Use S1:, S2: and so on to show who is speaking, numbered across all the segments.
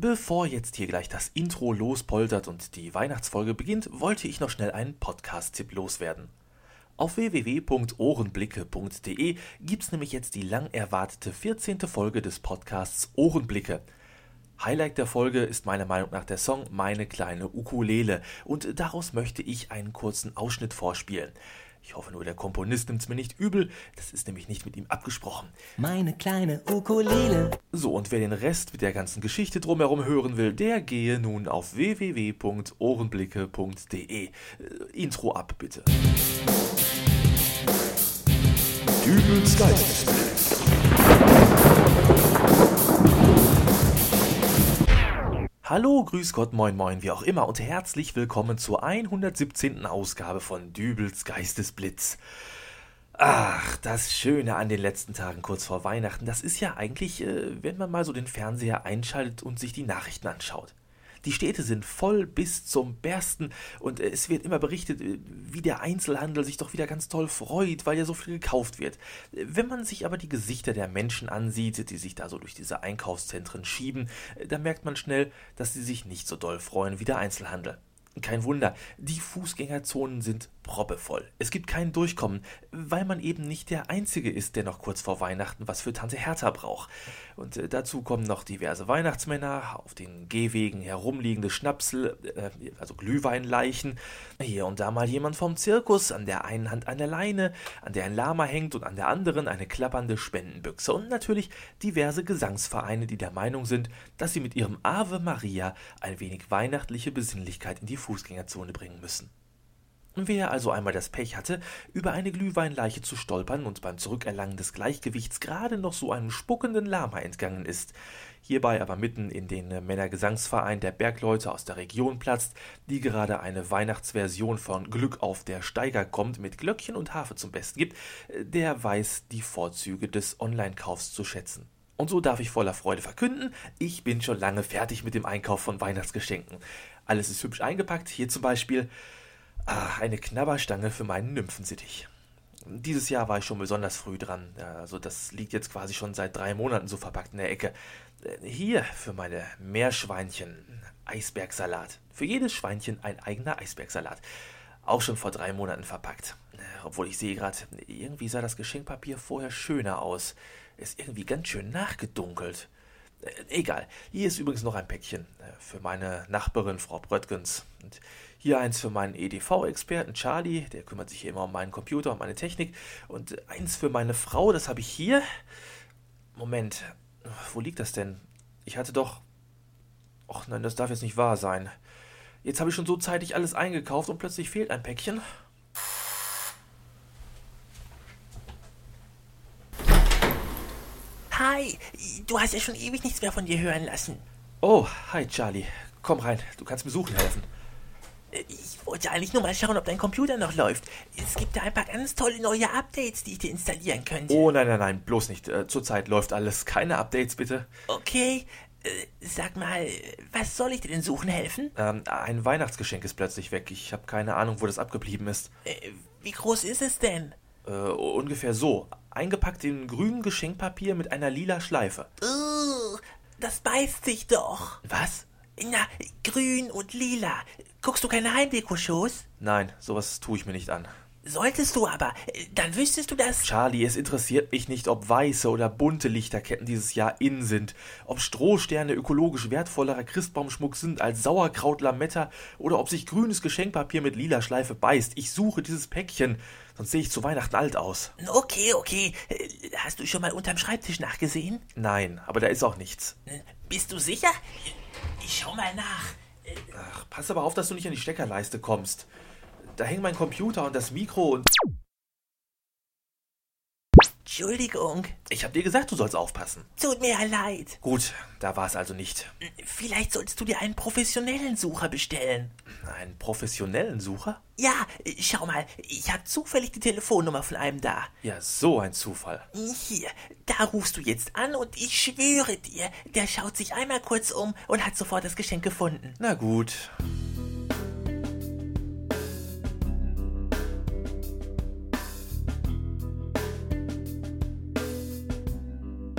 S1: Bevor jetzt hier gleich das Intro lospoltert und die Weihnachtsfolge beginnt, wollte ich noch schnell einen Podcast-Tipp loswerden. Auf www.ohrenblicke.de gibt's nämlich jetzt die lang erwartete 14. Folge des Podcasts Ohrenblicke. Highlight der Folge ist meiner Meinung nach der Song Meine kleine Ukulele und daraus möchte ich einen kurzen Ausschnitt vorspielen. Ich hoffe nur, der Komponist nimmt's mir nicht übel, das ist nämlich nicht mit ihm abgesprochen.
S2: Meine kleine Ukulele.
S1: So, und wer den Rest mit der ganzen Geschichte drumherum hören will, der gehe nun auf www.ohrenblicke.de. Äh, Intro ab, bitte.
S3: Dübels Geistesblitz.
S1: Hallo, grüß Gott, moin, moin, wie auch immer und herzlich willkommen zur 117. Ausgabe von Dübels Geistesblitz. Ach, das Schöne an den letzten Tagen kurz vor Weihnachten, das ist ja eigentlich, äh, wenn man mal so den Fernseher einschaltet und sich die Nachrichten anschaut. Die Städte sind voll bis zum Bersten und äh, es wird immer berichtet, äh, wie der Einzelhandel sich doch wieder ganz toll freut, weil ja so viel gekauft wird. Äh, Wenn man sich aber die Gesichter der Menschen ansieht, die sich da so durch diese Einkaufszentren schieben, äh, dann merkt man schnell, dass sie sich nicht so doll freuen wie der Einzelhandel. Kein Wunder, die Fußgängerzonen sind proppevoll. Es gibt kein Durchkommen, weil man eben nicht der Einzige ist, der noch kurz vor Weihnachten was für Tante Hertha braucht. Und äh, dazu kommen noch diverse Weihnachtsmänner, auf den Gehwegen herumliegende Schnapsel, äh, also Glühweinleichen. Hier und da mal jemand vom Zirkus, an der einen Hand eine Leine, an der ein Lama hängt und an der anderen eine klappernde Spendenbüchse. Und natürlich diverse Gesangsvereine, die der Meinung sind, dass sie mit ihrem Ave Maria ein wenig weihnachtliche Besinnlichkeit in die Fußgängerzone bringen müssen. Wer also einmal das Pech hatte, über eine Glühweinleiche zu stolpern und beim Zurückerlangen des Gleichgewichts gerade noch so einem spuckenden Lama entgangen ist, hierbei aber mitten in den äh, Männergesangsverein der Bergleute aus der Region platzt, die gerade eine Weihnachtsversion von Glück auf der Steiger kommt mit Glöckchen und Harfe zum Besten gibt, äh, der weiß die Vorzüge des Online-Kaufs zu schätzen. Und so darf ich voller Freude verkünden, ich bin schon lange fertig mit dem Einkauf von Weihnachtsgeschenken. Alles ist hübsch eingepackt, hier zum Beispiel Ah, eine Knabberstange für meinen Nymphensittich. Dieses Jahr war ich schon besonders früh dran. Also das liegt jetzt quasi schon seit drei Monaten so verpackt in der Ecke. Äh, Hier für meine Meerschweinchen Eisbergsalat. Für jedes Schweinchen ein eigener Eisbergsalat. Auch schon vor drei Monaten verpackt. Äh, Obwohl ich sehe gerade, irgendwie sah das Geschenkpapier vorher schöner aus. Ist irgendwie ganz schön nachgedunkelt. Äh, Egal. Hier ist übrigens noch ein Päckchen äh, für meine Nachbarin Frau Bröttgens. Und hier eins für meinen EDV-Experten Charlie, der kümmert sich hier immer um meinen Computer und meine Technik. Und äh, eins für meine Frau, das habe ich hier. Moment, wo liegt das denn? Ich hatte doch. Och nein, das darf jetzt nicht wahr sein. Jetzt habe ich schon so zeitig alles eingekauft und plötzlich fehlt ein Päckchen.
S4: Hi, du hast ja schon ewig nichts mehr von dir hören lassen.
S1: Oh, hi Charlie. Komm rein, du kannst mir suchen helfen.
S4: Ich wollte eigentlich nur mal schauen, ob dein Computer noch läuft. Es gibt da ein paar ganz tolle neue Updates, die ich dir installieren könnte.
S1: Oh nein, nein, nein, bloß nicht. Äh, zurzeit läuft alles. Keine Updates bitte.
S4: Okay, äh, sag mal, was soll ich dir denn suchen helfen?
S1: Ähm, ein Weihnachtsgeschenk ist plötzlich weg. Ich habe keine Ahnung, wo das abgeblieben ist.
S4: Äh, Wie groß ist es denn?
S1: Äh, ungefähr so. Eingepackt in grünem Geschenkpapier mit einer lila Schleife.
S4: Uh, das beißt sich doch.
S1: Was?
S4: Na, grün und lila. Guckst du keine Heimdeko-Shows?
S1: Nein, sowas tue ich mir nicht an.
S4: Solltest du aber, äh, dann wüsstest du das.
S1: Charlie, es interessiert mich nicht, ob weiße oder bunte Lichterketten dieses Jahr in sind, ob Strohsterne ökologisch wertvollerer Christbaumschmuck sind als Sauerkraut Lametta oder ob sich grünes Geschenkpapier mit lila Schleife beißt. Ich suche dieses Päckchen, sonst sehe ich zu Weihnachten alt aus.
S4: Okay, okay. Äh, Hast du schon mal unterm Schreibtisch nachgesehen?
S1: Nein, aber da ist auch nichts.
S4: Ne? Bist du sicher? Ich schau mal nach.
S1: Ach, pass aber auf, dass du nicht an die Steckerleiste kommst. Da hängen mein Computer und das Mikro und
S4: Entschuldigung,
S1: ich habe dir gesagt, du sollst aufpassen.
S4: tut mir ja leid.
S1: Gut, da war es also nicht.
S4: Vielleicht solltest du dir einen professionellen Sucher bestellen.
S1: Einen professionellen Sucher?
S4: Ja, äh, schau mal, ich habe zufällig die Telefonnummer von einem da.
S1: Ja, so ein Zufall.
S4: Hier, da rufst du jetzt an und ich schwöre dir, der schaut sich einmal kurz um und hat sofort das Geschenk gefunden.
S1: Na gut. ähm,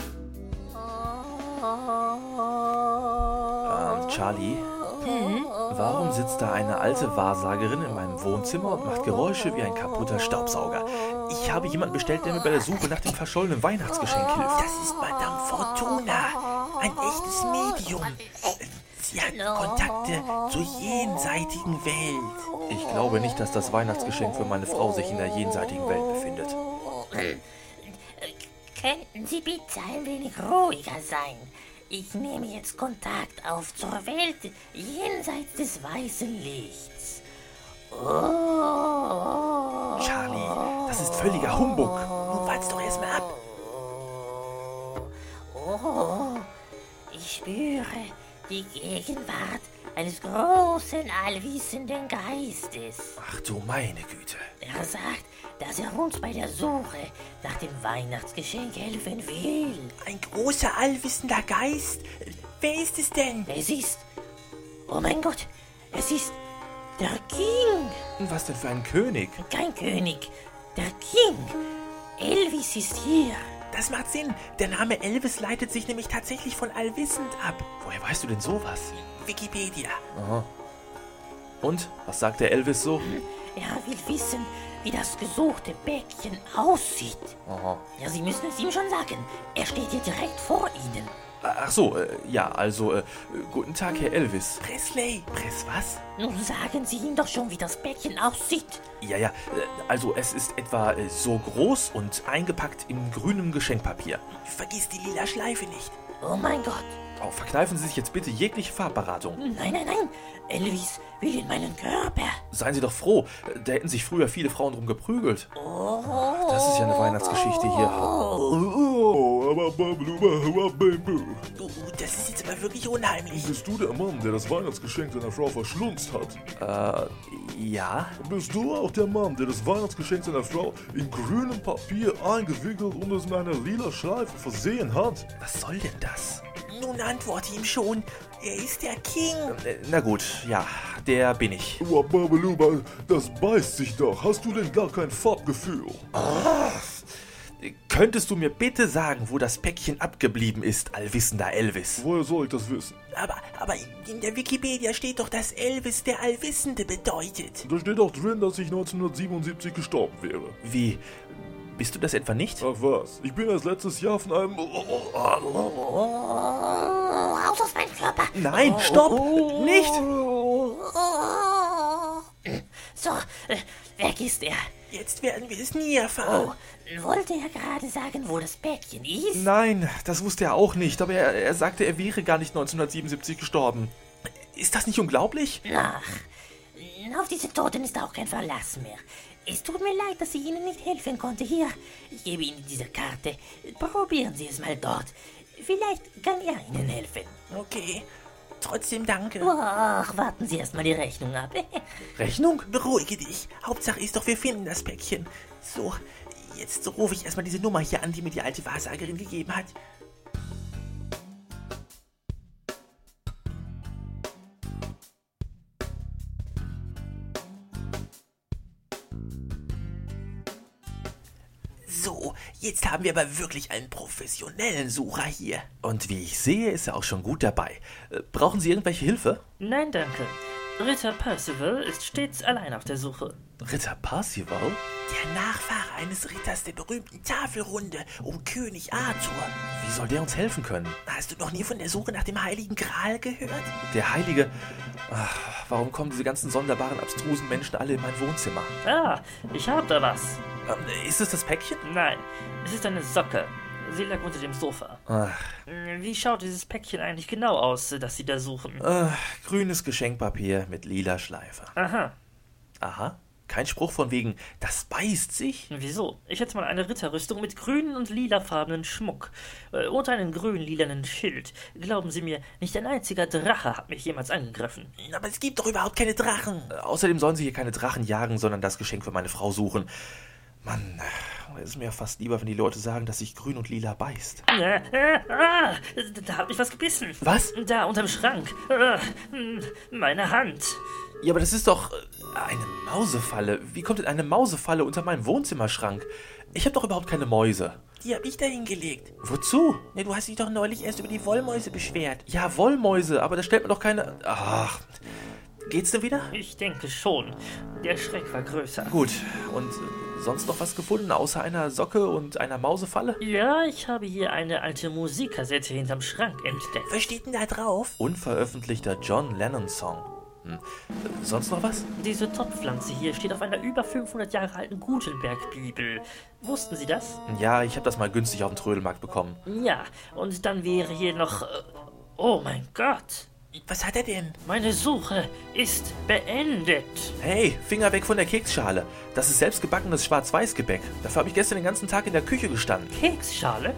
S1: Charlie,
S5: Oh.
S1: mhm. warum sitzt da eine alte Wahrsagerin in meinem Wohnzimmer und macht Geräusche wie ein kaputter Staubsauger? Ich habe jemanden bestellt, der mir bei der Suche nach dem verschollenen Weihnachtsgeschenk hilft.
S4: Das ist Madame Fortuna, ein echtes Medium. Sie hat Kontakte zur jenseitigen Welt.
S1: Ich glaube nicht, dass das Weihnachtsgeschenk für meine Frau sich in der jenseitigen Welt befindet.
S5: Äh, Könnten Sie bitte ein wenig ruhiger sein? Ich nehme jetzt Kontakt auf zur Welt jenseits des weißen Lichts. Oh.
S1: Charlie, das ist völliger Humbug.
S4: Nun wart's doch erstmal ab.
S5: Oh, ich spüre die Gegenwart eines großen, allwissenden Geistes.
S1: Ach du meine Güte.
S5: Er sagt, dass er uns bei der Suche nach dem Weihnachtsgeschenk helfen will.
S4: Ein großer, allwissender Geist? Wer ist es denn?
S5: Es ist. Oh mein Gott, es ist der King!
S1: Was denn für ein König?
S5: Kein König, der King! Elvis ist hier.
S4: Das macht Sinn. Der Name Elvis leitet sich nämlich tatsächlich von allwissend ab.
S1: Woher weißt du denn sowas?
S4: Wikipedia.
S1: Und, was sagt der Elvis so?
S5: Er will wissen, wie das gesuchte Bäckchen aussieht.
S1: Aha.
S5: Ja, Sie müssen es ihm schon sagen. Er steht hier direkt vor Ihnen.
S1: Ach so, äh, ja, also, äh, guten Tag, Herr Elvis.
S4: Presley. Press was?
S5: Nun sagen Sie ihm doch schon, wie das Bäckchen aussieht.
S1: Ja, ja, äh, also es ist etwa äh, so groß und eingepackt in grünem Geschenkpapier.
S4: Vergiss die lila Schleife nicht.
S5: Oh mein Gott.
S1: Oh, verkneifen Sie sich jetzt bitte jegliche Farbberatung.
S5: Nein, nein, nein. Elvis will in meinen Körper.
S1: Seien Sie doch froh, äh, da hätten sich früher viele Frauen drum geprügelt. Ach, das ist ja eine Weihnachtsgeschichte hier.
S3: Oh,
S4: Uh, uh, das ist jetzt aber wirklich unheimlich.
S3: Bist du der Mann, der das Weihnachtsgeschenk deiner Frau verschlunzt hat?
S1: Äh, Ja?
S3: Bist du auch der Mann, der das Weihnachtsgeschenk seiner Frau in grünem Papier eingewickelt und es in einer lila Schleife versehen hat?
S1: Was soll denn das?
S4: Nun antworte ihm schon. Er ist der King.
S1: Äh, na gut, ja, der bin ich.
S3: Wababaluba, Oh, das beißt sich doch. Hast du denn gar kein Farbgefühl?
S1: Äh, Könntest du mir bitte sagen, wo das Päckchen abgeblieben ist, allwissender Elvis?
S3: Woher soll ich das wissen?
S4: Aber, aber in der Wikipedia steht doch, dass Elvis der Allwissende bedeutet.
S3: Da steht auch drin, dass ich 1977 gestorben wäre.
S1: Wie? Bist du das etwa nicht?
S3: Ach was, ich bin erst letztes Jahr von einem... oh,
S5: Oh, raus aus meinem Körper.
S1: Nein, stopp! Nicht!
S5: Oh. So, äh, weg ist er. Oh,
S4: Jetzt werden wir es nie erfahren.
S5: Wollte er gerade sagen, wo das Bäckchen ist?
S1: Nein, das wusste er auch nicht, aber er, er sagte, er wäre gar nicht 1977 gestorben. Ist das nicht unglaublich?
S5: Ach, auf diesen Toten ist auch kein Verlass mehr. Es tut mir leid, dass ich Ihnen nicht helfen konnte. Hier, ich gebe Ihnen diese Karte. Probieren Sie es mal dort. Vielleicht kann er Ihnen helfen.
S1: Oh.
S4: Okay. Trotzdem danke.
S5: Oh. Ach, warten Sie erst mal die Rechnung ab.
S1: Rechnung?
S4: Beruhige dich. Hauptsache ist doch, wir finden das Päckchen. So, jetzt rufe ich erstmal diese Nummer hier an, die mir die alte Wahrsagerin gegeben hat. So, jetzt haben wir aber wirklich einen professionellen Sucher hier.
S1: Und wie ich sehe, ist er auch schon gut dabei. Äh, Brauchen Sie irgendwelche Hilfe?
S6: Nein, danke. Ritter Percival ist stets allein auf der Suche.
S1: Ritter Parsival?
S4: Der Nachfahre eines Ritters der berühmten Tafelrunde um König Arthur.
S1: Wie soll der uns helfen können?
S4: Hast du noch nie von der Suche nach dem Heiligen Gral gehört?
S1: Der heilige... Ach, warum kommen diese ganzen sonderbaren, abstrusen Menschen alle in mein Wohnzimmer?
S6: Ah, ich hab da was.
S1: Ähm, Ist es das Päckchen?
S6: Nein, es ist eine Socke. Sie lag unter dem Sofa.
S1: Ach,
S6: Wie schaut dieses Päckchen eigentlich genau aus, das Sie da suchen?
S1: äh, grünes Geschenkpapier mit lila Schleife.
S6: Aha,
S1: Aha. Kein Spruch von wegen, das beißt sich?
S6: wieso? Ich hätte mal eine Ritterrüstung mit grünen und lilafarbenen Schmuck äh, und einen grün-lilanen Schild. Glauben Sie mir, nicht ein einziger Drache hat mich jemals angegriffen.
S4: Aber es gibt doch überhaupt keine Drachen.
S1: Äh, Außerdem sollen sie hier keine Drachen jagen, sondern das Geschenk für meine Frau suchen. Mann, äh, es ist mir fast lieber, wenn die Leute sagen, dass sich grün und lila beißt.
S6: Äh, äh, ah, da hat mich was gebissen.
S1: Was?
S6: Da unterm Schrank. Äh, mh, meine Hand.
S1: Ja, aber das ist doch äh, eine Mausefalle. Wie kommt denn eine Mausefalle unter meinem Wohnzimmerschrank? Ich habe doch überhaupt keine Mäuse.
S4: Die hab ich da hingelegt.
S1: Wozu?
S4: Na, du hast dich doch neulich erst über die Wollmäuse beschwert.
S1: Ja, Wollmäuse, aber da stellt man doch keine. Ach. Geht's dir wieder?
S6: Ich denke schon. Der Schreck war größer.
S1: Gut. Und äh, sonst noch was gefunden, außer einer Socke und einer Mausefalle?
S6: Ja, ich habe hier eine alte Musikkassette hinterm Schrank entdeckt.
S4: Was steht denn da drauf?
S1: Unveröffentlichter John Lennon-Song. Hm. Äh, Sonst noch was?
S6: Diese Topfpflanze hier steht auf einer über 500 Jahre alten Gutenberg-Bibel. Wussten Sie das?
S1: Ja, ich habe das mal günstig auf dem Trödelmarkt bekommen.
S6: Ja, und dann wäre hier noch. äh, Oh mein Gott!
S4: Was hat er denn?
S6: Meine Suche ist beendet.
S1: Hey, Finger weg von der Keksschale. Das ist selbstgebackenes Schwarz-Weiß-Gebäck. Dafür habe ich gestern den ganzen Tag in der Küche gestanden.
S6: Keksschale?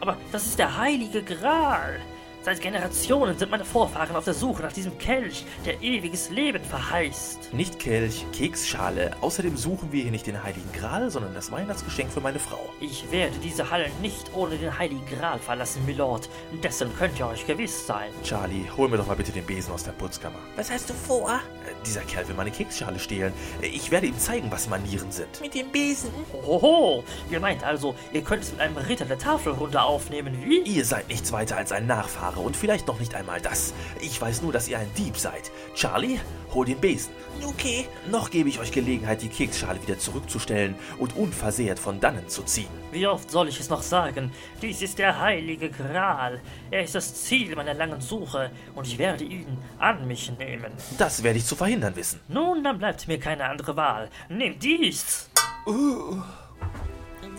S6: Aber das ist der heilige Gral. Seit Generationen sind meine Vorfahren auf der Suche nach diesem Kelch, der ewiges Leben verheißt.
S1: Nicht Kelch, Keksschale. Außerdem suchen wir hier nicht den Heiligen Gral, sondern das Weihnachtsgeschenk für meine Frau.
S6: Ich werde diese Hallen nicht ohne den heiligen Gral verlassen, Milord. Dessen könnt ihr euch gewiss sein.
S1: Charlie, hol mir doch mal bitte den Besen aus der Putzkammer.
S4: Was hast du vor?
S1: Äh, dieser Kerl will meine Keksschale stehlen. Äh, Ich werde ihm zeigen, was Manieren sind.
S4: Mit dem Besen?
S6: Oho, ihr meint also, ihr könnt es mit einem Ritter der Tafelrunde aufnehmen, wie?
S1: Ihr seid nichts weiter als ein Nachfahre und vielleicht noch nicht einmal das. Ich weiß nur, dass ihr ein Dieb seid. Charlie, hol den Besen.
S4: Okay.
S1: Noch gebe ich euch Gelegenheit, die Keksschale wieder zurückzustellen und unversehrt von dannen zu ziehen.
S6: Wie oft soll ich es noch sagen? Dies ist der heilige Gral. Er ist das Ziel meiner langen Suche und ich werde ihn an mich nehmen.
S1: Das werde ich zu verhindern wissen.
S6: Nun, dann bleibt mir keine andere Wahl. Nehmt dies!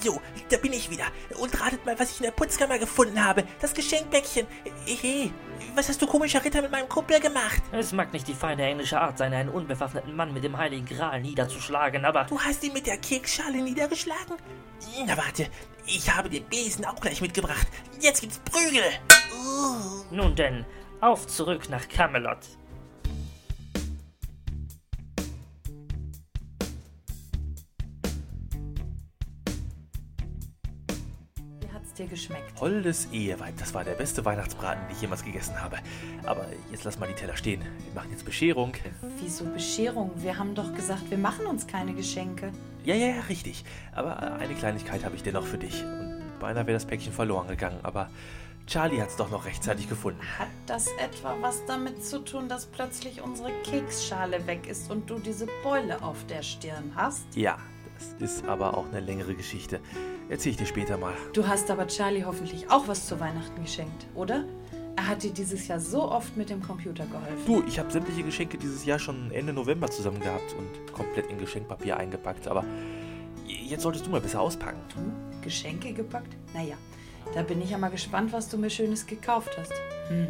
S4: So, da bin ich wieder. Und ratet mal, was ich in der Putzkammer gefunden habe. Das Geschenkbäckchen. Hey, was hast du komischer Ritter mit meinem Kumpel gemacht?
S6: Es mag nicht die feine englische Art sein, einen unbewaffneten Mann mit dem heiligen Gral niederzuschlagen, aber
S4: Du hast ihn mit der Keksschale niedergeschlagen? Na warte, ich habe den Besen auch gleich mitgebracht. Jetzt gibt's Prügel. Uh.
S6: nun denn, auf zurück nach Camelot.
S7: Wie hat's dir geschmeckt?
S1: Hm? Holdes Eheweib, das war der beste Weihnachtsbraten, den ich jemals gegessen habe. Aber jetzt lass mal die Teller stehen. Wir machen jetzt Bescherung.
S7: Wieso Bescherung? Wir haben doch gesagt, wir machen uns keine Geschenke.
S1: Ja, ja, ja, richtig. Aber eine Kleinigkeit habe ich dennoch für dich. Und beinahe wäre das Päckchen verloren gegangen, aber Charlie hat es doch noch rechtzeitig gefunden.
S7: Hat das etwa was damit zu tun, dass plötzlich unsere Keksschale weg ist und du diese Beule auf der Stirn hast?
S1: Ja, das ist aber auch eine längere Geschichte. Erzähl ich dir später mal.
S7: Du hast aber Charlie hoffentlich auch was zu Weihnachten geschenkt, oder? Er hat dir dieses Jahr so oft mit dem Computer geholfen.
S1: Du, ich habe sämtliche Geschenke dieses Jahr schon Ende November zusammen gehabt und komplett in Geschenkpapier eingepackt, aber jetzt solltest du mal besser auspacken.
S7: Hm? Geschenke gepackt? Naja, da bin ich ja mal gespannt, was du mir Schönes gekauft hast. Hm.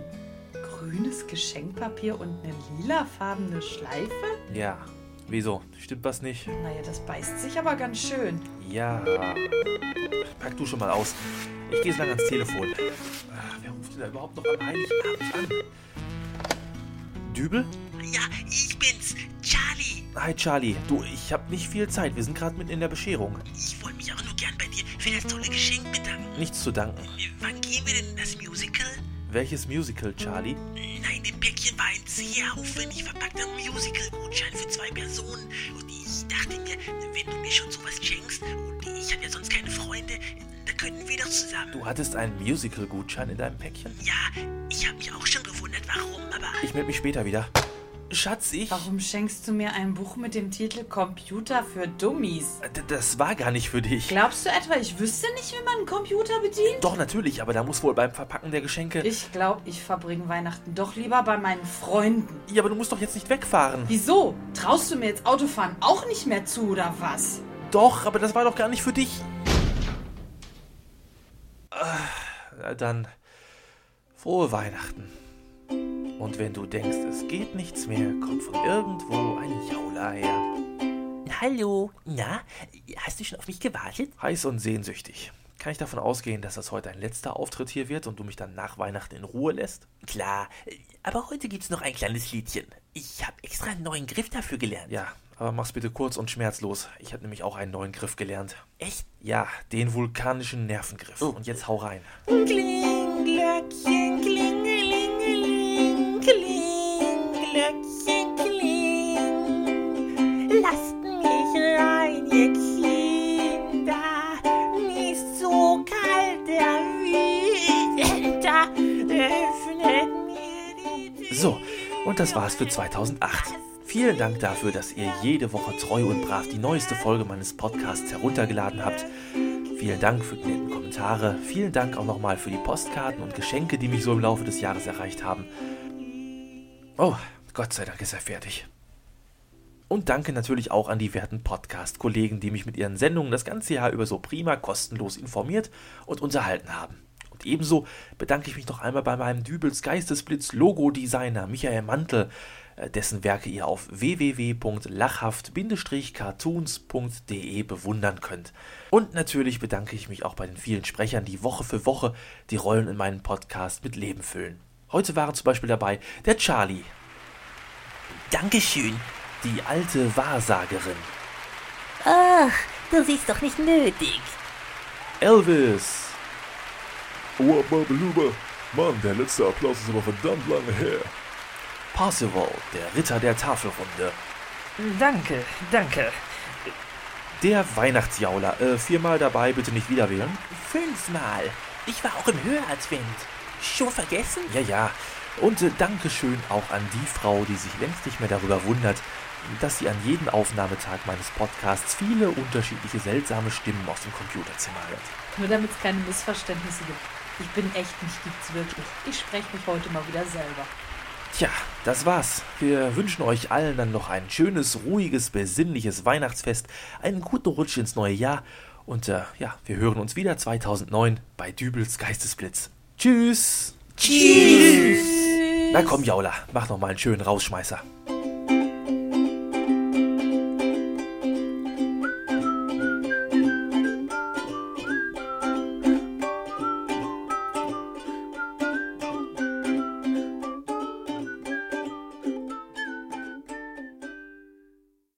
S7: Grünes Geschenkpapier und eine lilafarbene Schleife?
S1: Ja, wieso? Stimmt was nicht?
S7: Naja, das beißt sich aber ganz schön.
S1: Ja. Pack du schon mal aus. Ich gehe so lange ans Telefon. Ah, Wer ruft denn da überhaupt noch am Heiligabend an? Dübel?
S4: Ja, ich bin's. Charlie,
S1: Hi Charlie, du, ich hab nicht viel Zeit. Wir sind gerade mitten in der Bescherung.
S4: ich wollte mich auch nur gern bei dir für das tolle Geschenk bedanken.
S1: Nichts zu danken.
S4: Wann gehen wir denn in das Musical?
S1: Welches Musical, Charlie?
S4: Nein, in dem Päckchen war ein sehr aufwendig verpackter Musical-Gutschein für zwei Personen. Und ich dachte mir, wenn du mir schon sowas schenkst, und ich habe ja sonst keine Freunde, da könnten wir doch zusammen.
S1: Du hattest einen Musical-Gutschein in deinem Päckchen?
S4: Ja, ich habe mich auch schon gewundert, warum, aber
S1: Ich melde mich später wieder. Schatz, ich.
S7: Warum schenkst du mir ein Buch mit dem Titel Computer für Dummies?
S1: D- Das war gar nicht für dich.
S7: Glaubst du etwa, ich wüsste nicht, wie man einen Computer bedient?
S1: Doch, natürlich, aber da muss wohl beim Verpacken der Geschenke.
S7: Ich glaube, ich verbringe Weihnachten doch lieber bei meinen Freunden.
S1: Ja, aber du musst doch jetzt nicht wegfahren.
S7: Wieso? Traust du mir jetzt Autofahren auch nicht mehr zu oder was?
S1: Doch, aber das war doch gar nicht für dich. Ah, Dann frohe Weihnachten. Und wenn du denkst, es geht nichts mehr, kommt von irgendwo ein Jauler her.
S4: Hallo, na, hast du schon auf mich gewartet?
S1: Heiß und sehnsüchtig. Kann ich davon ausgehen, dass das heute ein letzter Auftritt hier wird und du mich dann nach Weihnachten in Ruhe lässt?
S4: Klar, aber heute gibt's noch ein kleines Liedchen. Ich habe extra einen neuen Griff dafür gelernt.
S1: Ja, aber mach's bitte kurz und schmerzlos. Ich habe nämlich auch einen neuen Griff gelernt.
S4: Echt? Oh.
S1: Ja, den vulkanischen Nervengriff. Und jetzt hau rein.
S4: Kling, Glöckchen, klingelingeling, kling, Glöckchen, kling. Lasst mich rein, ihr Kinder, nicht so
S1: Und das war's für 2008. Vielen Dank dafür, dass ihr jede Woche treu und brav die neueste Folge meines Podcasts heruntergeladen habt. Vielen Dank für die netten Kommentare. Vielen Dank auch nochmal für die Postkarten und Geschenke, die mich so im Laufe des Jahres erreicht haben. Oh, Gott sei Dank ist er fertig. Und danke natürlich auch an die werten Podcast-Kollegen, die mich mit ihren Sendungen das ganze Jahr über so prima kostenlos informiert und unterhalten haben. Und ebenso bedanke ich mich noch einmal bei meinem Dübels Geistesblitz Logo-Designer Michael Mantel, äh, dessen Werke ihr auf www.lachhaft-cartoons.de bewundern könnt. Und natürlich bedanke ich mich auch bei den vielen Sprechern, die Woche für Woche die Rollen in meinem Podcast mit Leben füllen. Heute waren zum Beispiel dabei der Charlie,
S4: Dankeschön.
S1: die alte Wahrsagerin,
S5: Ach, das ist doch nicht nötig.
S1: Elvis,
S3: Wababluba. Oh, Mann, der letzte Applaus ist aber verdammt lange her.
S1: Parzival, der Ritter der Tafelrunde,
S6: Danke, danke.
S1: der Weihnachtsjauler, äh, viermal dabei, bitte nicht wieder wählen.
S4: Fünfmal. Ich war auch im Höheradvent. Schon vergessen?
S1: Ja, ja. Und äh, Dankeschön auch an die Frau, die sich längst nicht mehr darüber wundert, dass sie an jedem Aufnahmetag meines Podcasts viele unterschiedliche seltsame Stimmen aus dem Computerzimmer hört.
S7: Nur damit es keine Missverständnisse gibt. Ich bin echt nicht, gibt's wirklich. Ich spreche mich heute mal wieder selber.
S1: Tja, das war's. Wir wünschen euch allen dann noch ein schönes, ruhiges, besinnliches Weihnachtsfest, einen guten Rutsch ins neue Jahr und äh, ja, wir hören uns wieder 2009 bei Dübels Geistesblitz. Tschüss! Tschüss! Na komm, Jaula, mach noch mal einen schönen Rausschmeißer.